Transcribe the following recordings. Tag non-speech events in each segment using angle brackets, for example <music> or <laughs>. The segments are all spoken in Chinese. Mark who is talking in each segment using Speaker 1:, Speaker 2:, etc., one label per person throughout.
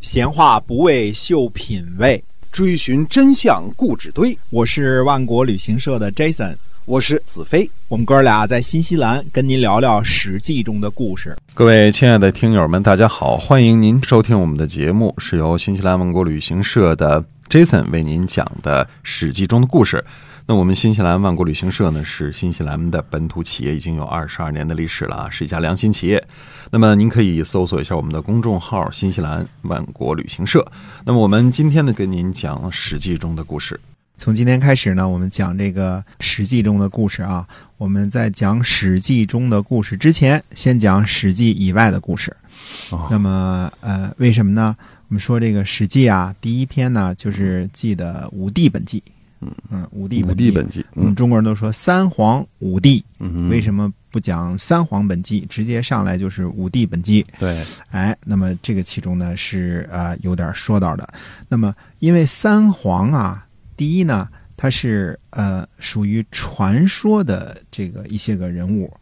Speaker 1: 闲话不为秀品味，
Speaker 2: 追寻真相故纸堆。
Speaker 1: 我是万国旅行社的 Jason，
Speaker 2: 我是子飞。
Speaker 1: 我们哥俩在新西兰跟您聊聊《史记》中的故事。
Speaker 3: 各位亲爱的听友们，大家好，欢迎您收听我们的节目，是由新西兰万国旅行社的 Jason 为您讲的《史记》中的故事。那我们新西兰万国旅行社呢，是新西兰的本土企业，已经有二十二年的历史了啊，是一家良心企业。那么您可以搜索一下我们的公众号“新西兰万国旅行社”。那么我们今天呢，跟您讲《史记》中的故事。
Speaker 1: 从今天开始呢，我们讲这个《史记》中的故事啊。我们在讲《史记》中的故事之前，先讲《史记》以外的故事。
Speaker 3: 哦
Speaker 1: 那么，呃，为什么呢？我们说这个《史记》啊，第一篇呢就是记的武帝本纪。嗯嗯，武帝
Speaker 3: 五
Speaker 1: 本
Speaker 3: 帝
Speaker 1: 纪。
Speaker 3: 本纪，
Speaker 1: 我们
Speaker 3: 嗯
Speaker 1: 中国人都说三皇五帝，
Speaker 3: 嗯
Speaker 1: 为什么不讲三皇本纪，直接上来就是五帝本纪？
Speaker 3: 对，
Speaker 1: 哎，那么这个其中呢是呃有点说道的。那么因为三皇啊，第一呢，他是呃属于传说的这个一些个人物，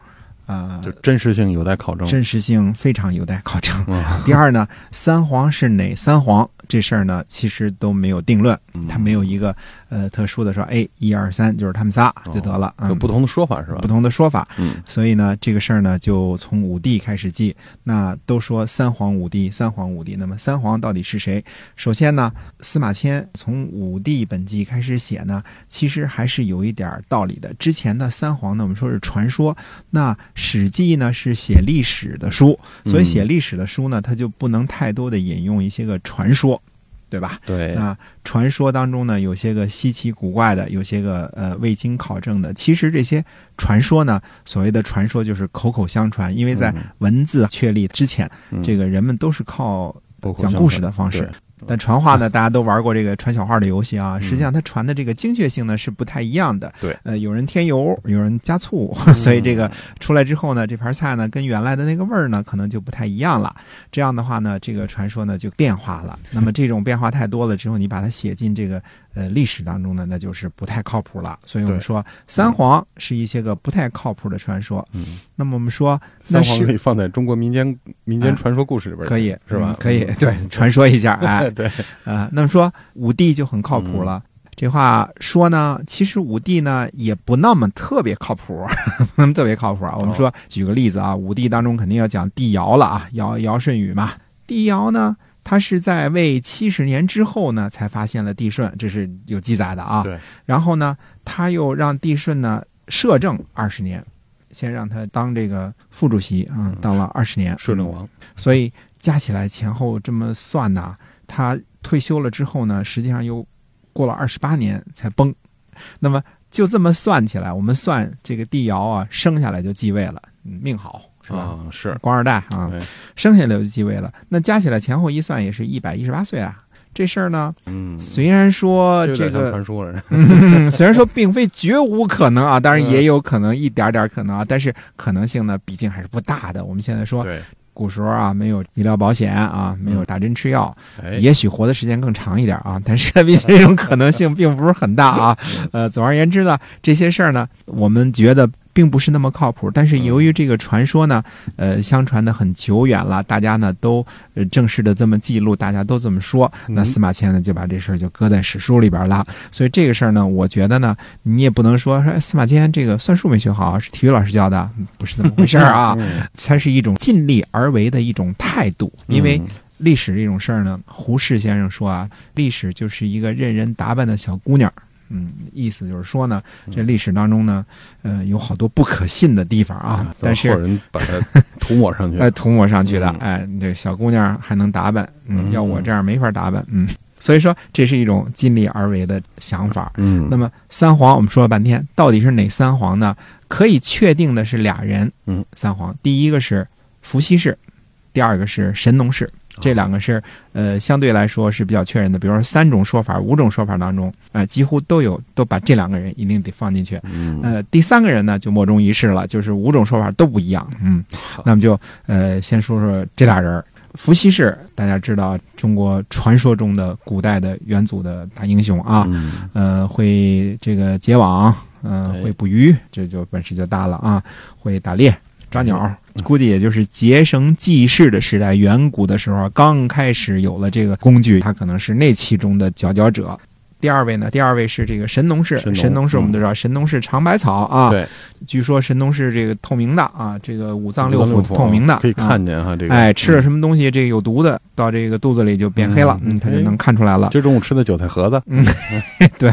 Speaker 1: 啊、
Speaker 3: 就真实性有待考证。
Speaker 1: 真实性非常有待考证。
Speaker 3: 嗯
Speaker 1: <laughs> 第二呢，三皇是哪三皇这事儿呢，其实都没有定论，
Speaker 3: 嗯
Speaker 1: 他没有一个呃特殊的说，哎，一二三就是他们仨
Speaker 3: 哦
Speaker 1: 就得了，
Speaker 3: 有
Speaker 1: 嗯
Speaker 3: 不同的说法是吧
Speaker 1: 不？同的说法。
Speaker 3: 嗯，
Speaker 1: 所以呢，这个事儿呢，就从武帝开始记。那都说三皇五帝，三皇五帝。那么三皇到底是谁？首先呢，司马迁从武帝本纪开始写呢，其实还是有一点儿道理的。之前的三皇呢，我们说是传说，那《史记呢》是写历史的书，所以写历史的书呢，它就不能太多的引用一些个传说，对吧？
Speaker 3: 对，
Speaker 1: 那传说当中呢，有些个稀奇古怪的，有些个呃未经考证的。其实这些传说呢，所谓的传说就是口口相传，因为在文字确立之前，
Speaker 3: 嗯
Speaker 1: 这个人们都是靠
Speaker 3: 包括
Speaker 1: 讲
Speaker 3: 像
Speaker 1: 故事的方式。但传话呢，大家都玩过这个传小号的游戏啊，实际上它传的这个精确性呢是不太一样的。
Speaker 3: 对嗯
Speaker 1: 呃，有人添油，有人加醋，所以这个出来之后呢，这盘菜呢跟原来的那个味儿呢可能就不太一样了。这样的话呢，这个传说呢就变化了。那么这种变化太多了之后，你把它写进这个呃历史当中呢，那就是不太靠谱了。所以我们
Speaker 3: 对
Speaker 1: 说三皇是一些个不太靠谱的传说。
Speaker 3: 嗯，
Speaker 1: 那么我们说，那
Speaker 3: 三皇可
Speaker 1: 是啊
Speaker 3: 以放在中国民间民间传说故事里边儿，
Speaker 1: 可以
Speaker 3: 是吧
Speaker 1: 嗯？可以对，
Speaker 3: <laughs>
Speaker 1: 传说一下，哎
Speaker 3: 哎，，对，
Speaker 1: 啊、那么说武帝就很靠
Speaker 3: 嗯
Speaker 1: 谱了。这话说呢，其实武帝呢也不那么特别靠谱， <laughs> 不那么特别靠谱啊。
Speaker 3: 哦
Speaker 1: 我们说举个例子啊，武帝当中肯定要讲帝尧了啊，尧尧舜禹嘛。帝尧呢，他是在位七十年之后呢，才发现了帝舜，这是有记载的啊。
Speaker 3: 对。
Speaker 1: 然后呢，他又让帝舜呢摄政二十年，先让他当这个副主席啊、嗯，当了二十年。
Speaker 3: 摄政王，
Speaker 1: 所以加起来前后这么算呐、他退休了之后呢，实际上又过了二十八年才崩。那么就这么算起来，我们算这个帝尧啊，生下来就继位了，嗯命好是吧？
Speaker 3: 啊，是
Speaker 1: 官二代啊
Speaker 3: 对，
Speaker 1: 生下来就继位了。那加起来前后一算，也是一百一十八岁啊。这事儿呢，
Speaker 3: 嗯，
Speaker 1: 虽然说
Speaker 3: 有
Speaker 1: 这
Speaker 3: 点像
Speaker 1: 个
Speaker 3: 传说了，
Speaker 1: 嗯， <laughs> 虽然说并非绝无可能啊，当然
Speaker 3: 嗯
Speaker 1: 也有可能一点点可能啊，但是可能性呢，毕竟还是不大的。我们现在说
Speaker 3: 对，
Speaker 1: 古时候啊，没有医疗保险啊，没有打针吃药，
Speaker 3: 哎，
Speaker 1: 也许活的时间更长一点啊，但是毕竟这种可能性并不是很大
Speaker 3: <laughs>
Speaker 1: 啊。呃，总而言之呢，这些事儿呢，我们觉得并不是那么靠谱。但是由于这个传说呢，
Speaker 3: 嗯
Speaker 1: 呃，相传的很久远了，大家呢都呃正式的这么记录，大家都这么说，那
Speaker 3: 嗯
Speaker 1: 司马迁呢就把这事儿就搁在史书里边了。所以这个事儿呢，我觉得呢，你也不能说说、哎、司马迁这个算术没学好，啊是体育老师教的，嗯不是这么回事儿啊。
Speaker 3: 嗯
Speaker 1: 它是一种尽力而为的一种态度，因为
Speaker 3: 嗯
Speaker 1: 历史这种事儿呢，胡适先生说啊，历史就是一个任人打扮的小姑娘。嗯，意思就是说呢，
Speaker 3: 嗯
Speaker 1: 这历史当中呢，呃，有好多不可信的地方啊，
Speaker 3: 都
Speaker 1: 但
Speaker 3: 后
Speaker 1: 是
Speaker 3: 人把它涂
Speaker 1: <laughs>
Speaker 3: 抹上去，
Speaker 1: 哎，涂抹上去的
Speaker 3: 嗯，
Speaker 1: 哎，这小姑娘还能打扮，嗯，
Speaker 3: 嗯
Speaker 1: 要我这样没法打扮，嗯，所以说这是一种尽力而为的想法。
Speaker 3: 嗯，
Speaker 1: 那么三皇我们说了半天，到底是哪三皇呢？可以确定的是俩人，
Speaker 3: 嗯，
Speaker 1: 三皇，第一个是伏羲氏，第二个是神农氏，这两个是呃相对来说是比较确认的。比如说三种说法、五种说法当中，呃，几乎都有都把这两个人一定得放进去。
Speaker 3: 嗯，
Speaker 1: 呃，第三个人呢就莫衷一是了，就是五种说法都不一样。嗯，那么就呃先说说这俩人儿。伏羲氏，大家知道中国传说中的古代的元祖的大英雄啊，
Speaker 3: 嗯
Speaker 1: 呃，会这个结网，嗯、
Speaker 3: 对
Speaker 1: 会捕鱼，这就本事就大了啊，会打猎。抓鸟，
Speaker 3: 嗯
Speaker 1: 估计也就是结绳记事的时代，远古的时候啊刚开始有了这个工具，他可能是那其中的佼佼者。第二位呢？第二位是这个神农氏
Speaker 3: 神，农嗯
Speaker 1: 神农氏我们都知道，神农氏尝百草啊，
Speaker 3: 对，
Speaker 1: 据说神农氏这个透明的啊，这个五脏
Speaker 3: 五脏
Speaker 1: 腑
Speaker 3: 腑
Speaker 1: 透明的，
Speaker 3: 可以
Speaker 1: 啊
Speaker 3: 看见哈，这个
Speaker 1: 哎，吃了什么东西，这个有毒的，到这个肚子里就变黑了，
Speaker 3: 嗯
Speaker 1: 嗯，它就
Speaker 3: 哎
Speaker 1: 能看出来了，
Speaker 3: 这中午吃的韭菜盒子，
Speaker 1: 对，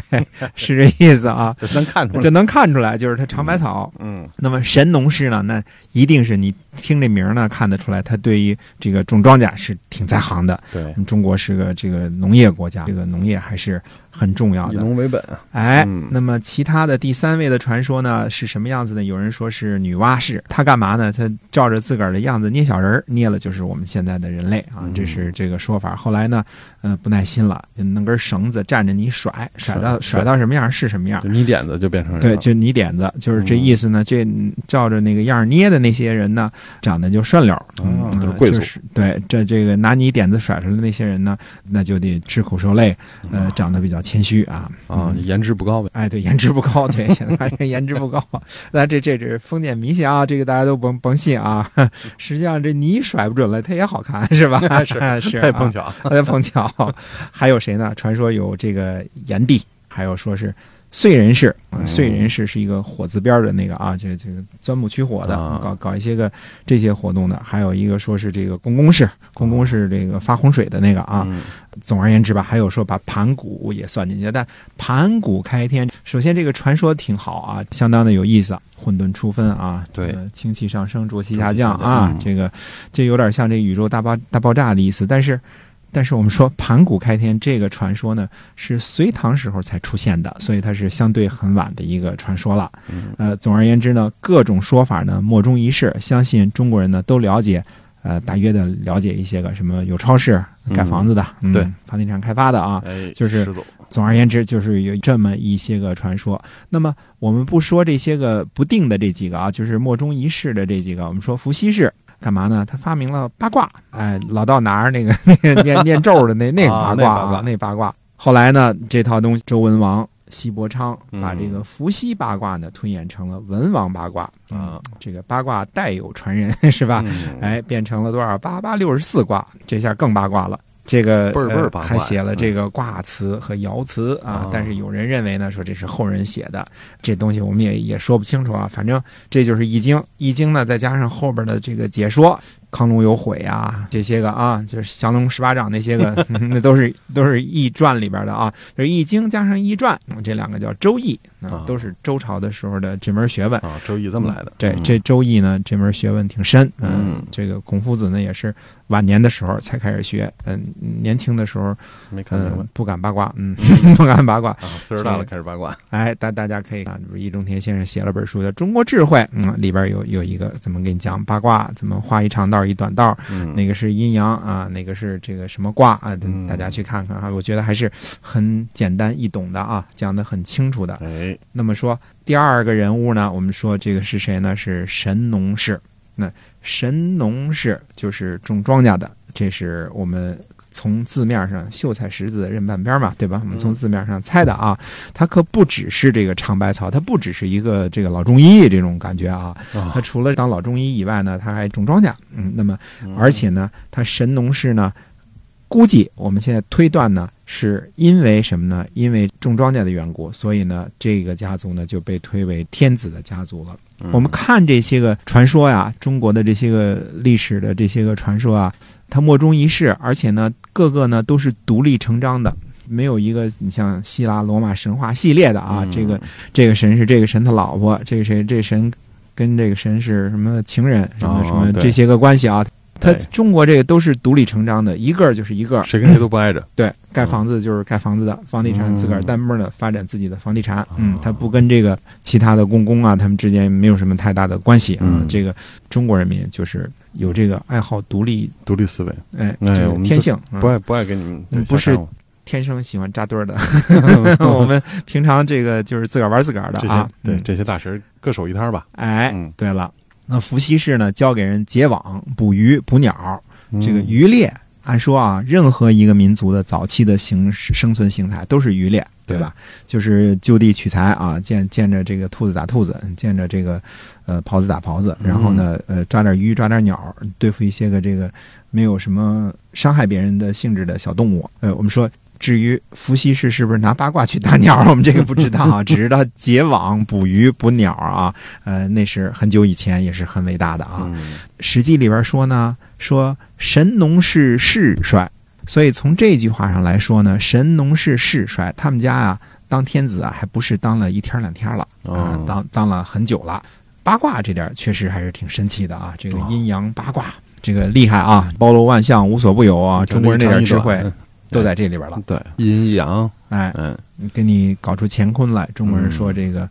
Speaker 1: 是这意思啊，
Speaker 3: 这能看出来。
Speaker 1: <laughs> 就能看出来，就是它尝百草。
Speaker 3: 嗯，
Speaker 1: 那么神农氏呢，那一定是你听这名儿呢，看得出来，他对于这个种庄稼是挺在行的。
Speaker 3: 对，
Speaker 1: 嗯中国是个这个农业国家，这个农业还是很重要
Speaker 3: 以
Speaker 1: 的。
Speaker 3: 农为本啊，
Speaker 1: 哎
Speaker 3: 嗯，
Speaker 1: 那么其他的第三位的传说呢是什么样子呢？有人说是女娲氏，她干嘛呢？她照着自个儿的样子捏小人儿，捏了就是我们现在的人类啊
Speaker 3: 嗯，
Speaker 1: 这是这个说法。后来呢，嗯、不耐心了，就弄根绳子站着你甩，甩到
Speaker 3: 甩
Speaker 1: 甩到什么样是什么样
Speaker 3: 就。泥点子就变成人
Speaker 1: 对，
Speaker 3: 了
Speaker 1: 就泥点子，就是
Speaker 3: 嗯
Speaker 1: 这意思呢。这照着那个样儿捏的那些人呢，长得就顺溜儿，嗯，
Speaker 3: 啊都是
Speaker 1: 呃
Speaker 3: 贵族
Speaker 1: 就是对，这这个拿泥点子甩出来的那些人呢，那就得吃苦受累，
Speaker 3: 嗯
Speaker 1: 呃，长得比较谦虚啊。
Speaker 3: 啊，颜值不高呗。
Speaker 1: 哎，对，颜值不高，对，现在还是颜值不高。 <laughs> 那这这这是封建迷信啊，这个大家都甭甭信啊。 <laughs> 实际上这泥甩不准了，它也好看，是
Speaker 3: <laughs>
Speaker 1: 吧？是 <laughs> 是，
Speaker 3: 太碰，巧了，
Speaker 1: 太碰巧。
Speaker 3: <laughs>
Speaker 1: 还有谁呢？传说有这个炎帝，还有说是燧人氏，
Speaker 3: 嗯
Speaker 1: 啊燧人氏是一个火字边儿的那个啊，这个这个钻木取火的，
Speaker 3: 啊
Speaker 1: 搞搞一些个这些活动的。还有一个说是这个公公氏，公公是这个发洪水的那个啊。
Speaker 3: 啊嗯
Speaker 1: 总而言之吧，还有说把盘古也算进去，但盘古开天，首先这个传说挺好啊，相当的有意思啊，混沌初分啊，
Speaker 3: 对
Speaker 1: 呃氢气上升，浊气下降啊，
Speaker 3: 嗯
Speaker 1: 这个这有点像这宇宙大爆大爆炸的意思，但是。但是我们说盘古开天这个传说呢，是隋唐时候才出现的，所以它是相对很晚的一个传说了。
Speaker 3: 嗯
Speaker 1: 呃，总而言之呢，各种说法呢莫衷一是，相信中国人呢都了解，呃，大约的了解一些个什么有超市盖房子的，嗯
Speaker 3: 对，
Speaker 1: 房地产开发的啊。
Speaker 3: 哎，
Speaker 1: 就是
Speaker 3: 始祖
Speaker 1: 总而言之，就是有这么一些个传说。那么我们不说这些个不定的这几个啊，就是莫衷一是的这几个，我们说伏羲氏。干嘛呢？他发明了八卦，哎，老道拿着那个 <laughs> 那个念念咒的那那个八
Speaker 3: 啊那
Speaker 1: 卦
Speaker 3: 八卦
Speaker 1: 那八卦。后来呢，这套东西，周文王西伯昌
Speaker 3: 嗯
Speaker 1: 把这个伏羲八卦呢推演成了文王八卦
Speaker 3: 啊
Speaker 1: 嗯这个八卦代有传人 <laughs> 是吧？
Speaker 3: 嗯
Speaker 1: 哎，变成了多少八八六十四卦，这下更八卦了。这个
Speaker 3: 倍儿
Speaker 1: 呃
Speaker 3: 倍儿八卦呀
Speaker 1: 还写了这个卦辞和爻辞啊
Speaker 3: 啊，
Speaker 1: 但是有人认为呢，说这是后人写的，这东西我们也也说不清楚啊。反正这就是《易经》，《易经》呢再加上后边的这个解说，康龙有悔啊，这些个啊，就是降龙十八掌那些个， <laughs> 那都是都是《易传》里边的啊，就是《易经》加上《易传》嗯，这两个叫《周易》
Speaker 3: 啊
Speaker 1: 啊，都是周朝的时候的这门学问。
Speaker 3: 啊，周易这么来的。
Speaker 1: 对，
Speaker 3: 嗯
Speaker 1: 这《周易》呢，这门学问挺深。
Speaker 3: 嗯
Speaker 1: 这个孔夫子呢，也是晚年的时候才开始学。嗯，年轻的时候，
Speaker 3: 没看明白
Speaker 1: 嗯，不敢八卦，嗯， <laughs> 不敢八卦。
Speaker 3: 啊，岁数大了开始八卦。
Speaker 1: 哎，大大家可以看，比如易中天先生写了本书叫《中国智慧》，嗯，里边有有一个怎么给你讲八卦，怎么画一长道一短道，
Speaker 3: 嗯
Speaker 1: 那个是阴阳啊，那个是这个什么卦啊
Speaker 3: 嗯，
Speaker 1: 大家去看看啊，我觉得还是很简单易懂的啊，讲的很清楚的。
Speaker 3: 哎，
Speaker 1: 那么说第二个人物呢，我们说这个是谁呢？是神农氏。那神农氏就是种庄稼的，这是我们从字面上“秀才识字认半边”嘛，对吧？我们从字面上猜的啊，他可不只是这个尝百草，他不只是一个这个老中医这种感觉啊，
Speaker 3: 啊
Speaker 1: 他除了当老中医以外呢，他还种庄稼。嗯，那么而且呢，他神农氏呢，估计我们现在推断呢，是因为什么呢？因为种庄稼的缘故，所以呢，这个家族呢就被推为天子的家族了。
Speaker 3: 嗯
Speaker 1: 我们看这些个传说呀，中国的这些个历史的这些个传说啊，它莫衷一是，而且呢，各个呢都是独立成章的。没有一个你像希腊罗马神话系列的啊，
Speaker 3: 嗯
Speaker 1: 这个这个神是这个神他老婆，这个谁这神跟这个神是什么情人，什么
Speaker 3: 哦
Speaker 1: 什么
Speaker 3: 对
Speaker 1: 这些个关系啊。它
Speaker 3: 对
Speaker 1: 中国这个都是独立成章的，一个儿就是一个儿，
Speaker 3: 谁跟谁都不挨着。
Speaker 1: 对，盖房子就是盖房子的，房地产自个儿单门儿的发展自己的房地产，嗯
Speaker 3: 嗯哦，
Speaker 1: 它不跟这个其他的公公啊，他们之间没有什么太大的关系啊。
Speaker 3: 嗯
Speaker 1: 这个中国人民就是有这个爱好独立，
Speaker 3: 独立思维，
Speaker 1: 哎，
Speaker 3: 哎
Speaker 1: 这
Speaker 3: 我
Speaker 1: 个
Speaker 3: 们
Speaker 1: 天
Speaker 3: 就
Speaker 1: 性啊
Speaker 3: 不爱不爱跟你们对
Speaker 1: 嗯不是
Speaker 3: 瞎掺和
Speaker 1: 天生喜欢扎堆儿
Speaker 3: <laughs>
Speaker 1: 的。 <laughs> 我们平常这个就是自个儿玩自个儿的
Speaker 3: 这些
Speaker 1: 啊。
Speaker 3: 对
Speaker 1: 嗯
Speaker 3: 这些大神各手一摊儿吧。
Speaker 1: 哎
Speaker 3: 嗯，
Speaker 1: 对了，那伏羲氏呢，教给人结网、捕鱼、捕鸟，这个
Speaker 3: 嗯
Speaker 1: 渔猎。按说啊，任何一个民族的早期的形式生存形态都是渔猎，对吧？就是就地取材啊，见见着这个兔子打兔子，见着这个呃狍子打狍子，然后呢呃抓点鱼抓点鸟，对付一些个这个没有什么伤害别人的性质的小动物。呃，我们说。至于伏羲氏是不是拿八卦去打鸟， <laughs> 我们这个不知道啊，只知道结网捕鱼捕鸟啊，呃，那是很久以前，也是很伟大的啊。
Speaker 3: 嗯
Speaker 1: 《史记》里边说呢，说神农氏世帅，所以从这句话上来说呢，神农氏世帅，他们家啊当天子啊还不是当了一天两天了啊
Speaker 3: 哦，
Speaker 1: 当当了很久了。八卦这点儿确实还是挺神奇的啊，这个
Speaker 3: 哦
Speaker 1: 阴阳八卦这个厉害啊，包罗万象，无所不有啊，中国人那点智慧
Speaker 3: 嗯
Speaker 1: 都在这里边了。
Speaker 3: 对阴阳，
Speaker 1: 哎，
Speaker 3: 嗯，
Speaker 1: 给你搞出乾坤来。中国人说这个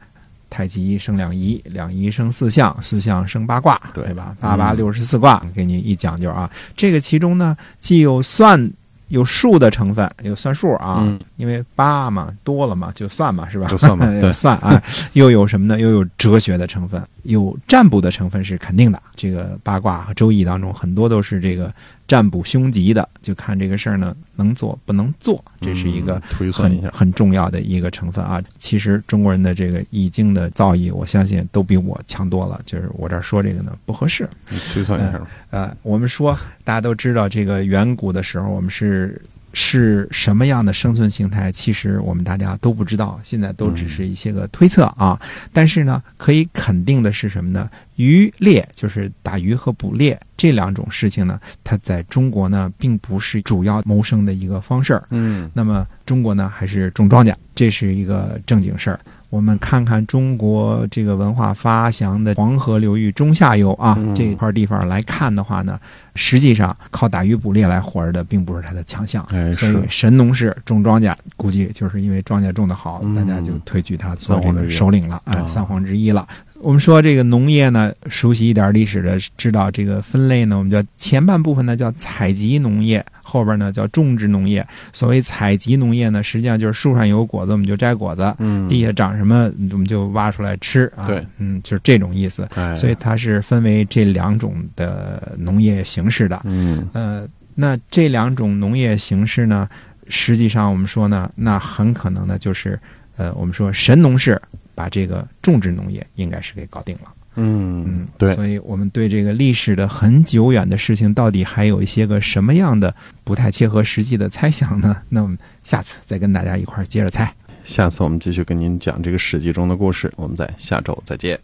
Speaker 1: 太极生两仪，两仪生四象，四象生八卦，
Speaker 3: 对嗯
Speaker 1: 吧？八八六十四卦，给你一讲究啊。这个其中呢，既有算。有数的成分，有算数啊，
Speaker 3: 嗯
Speaker 1: 因为八嘛，多了嘛，就算嘛，是吧？
Speaker 3: 就
Speaker 1: <laughs>
Speaker 3: 算嘛对
Speaker 1: 算啊，又有什么呢？又有哲学的成分，有占卜的成分是肯定的。这个八卦和周易当中很多都是这个占卜凶吉的，就看这个事儿呢能做不能做，这是一个
Speaker 3: 嗯推算一
Speaker 1: 很
Speaker 3: 下，
Speaker 1: 很重要的一个成分啊。其实中国人的这个易经的造诣，我相信都比我强多了。就是我这儿说这个呢不合适。
Speaker 3: 你嗯推算一下，
Speaker 1: 呃，我们说大家都知道，这个远古的时候我们是。是什么样的生存形态？其实我们大家都不知道，现在都只是一些个推测啊。但是呢，可以肯定的是什么呢？渔猎就是打鱼和捕猎这两种事情呢，它在中国呢并不是主要谋生的一个方式儿。
Speaker 3: 嗯
Speaker 1: 那么中国呢，还是种庄稼，这是一个正经事儿。我们看看中国这个文化发祥的黄河流域中下游啊、
Speaker 3: 嗯
Speaker 1: 这块地方来看的话呢，实际上靠打鱼捕猎来活着的，并不是它的强项。
Speaker 3: 哎
Speaker 1: 所
Speaker 3: 是
Speaker 1: 以神农氏种庄稼，估计就是因为庄稼种得好，
Speaker 3: 嗯
Speaker 1: 大家就推举他做这
Speaker 3: 三皇之
Speaker 1: 个
Speaker 3: 一
Speaker 1: 首领了，哎
Speaker 3: 啊，
Speaker 1: 三皇之一了。我们说这个农业呢，熟悉一点历史的知道这个分类呢，我们叫前半部分呢叫采集农业，后边呢叫种植农业。所谓采集农业呢，实际上就是树上有果子我们就摘果子，
Speaker 3: 嗯
Speaker 1: 地下长什么我们就挖出来吃啊。
Speaker 3: 对，
Speaker 1: 嗯，就是这种意思。
Speaker 3: 哎
Speaker 1: 所以它是分为这两种的农业形式的。
Speaker 3: 嗯
Speaker 1: 呃，那这两种农业形式呢，实际上我们说呢，那很可能呢就是，呃，我们说神农氏把这个种植农业应该是给搞定了。
Speaker 3: 嗯对，
Speaker 1: 所以我们对这个历史的很久远的事情，到底还有一些个什么样的不太切合实际的猜想呢？那我们下次再跟大家一块儿接着猜。
Speaker 3: 下次我们继续跟您讲这个史记中的故事，我们在下周再见。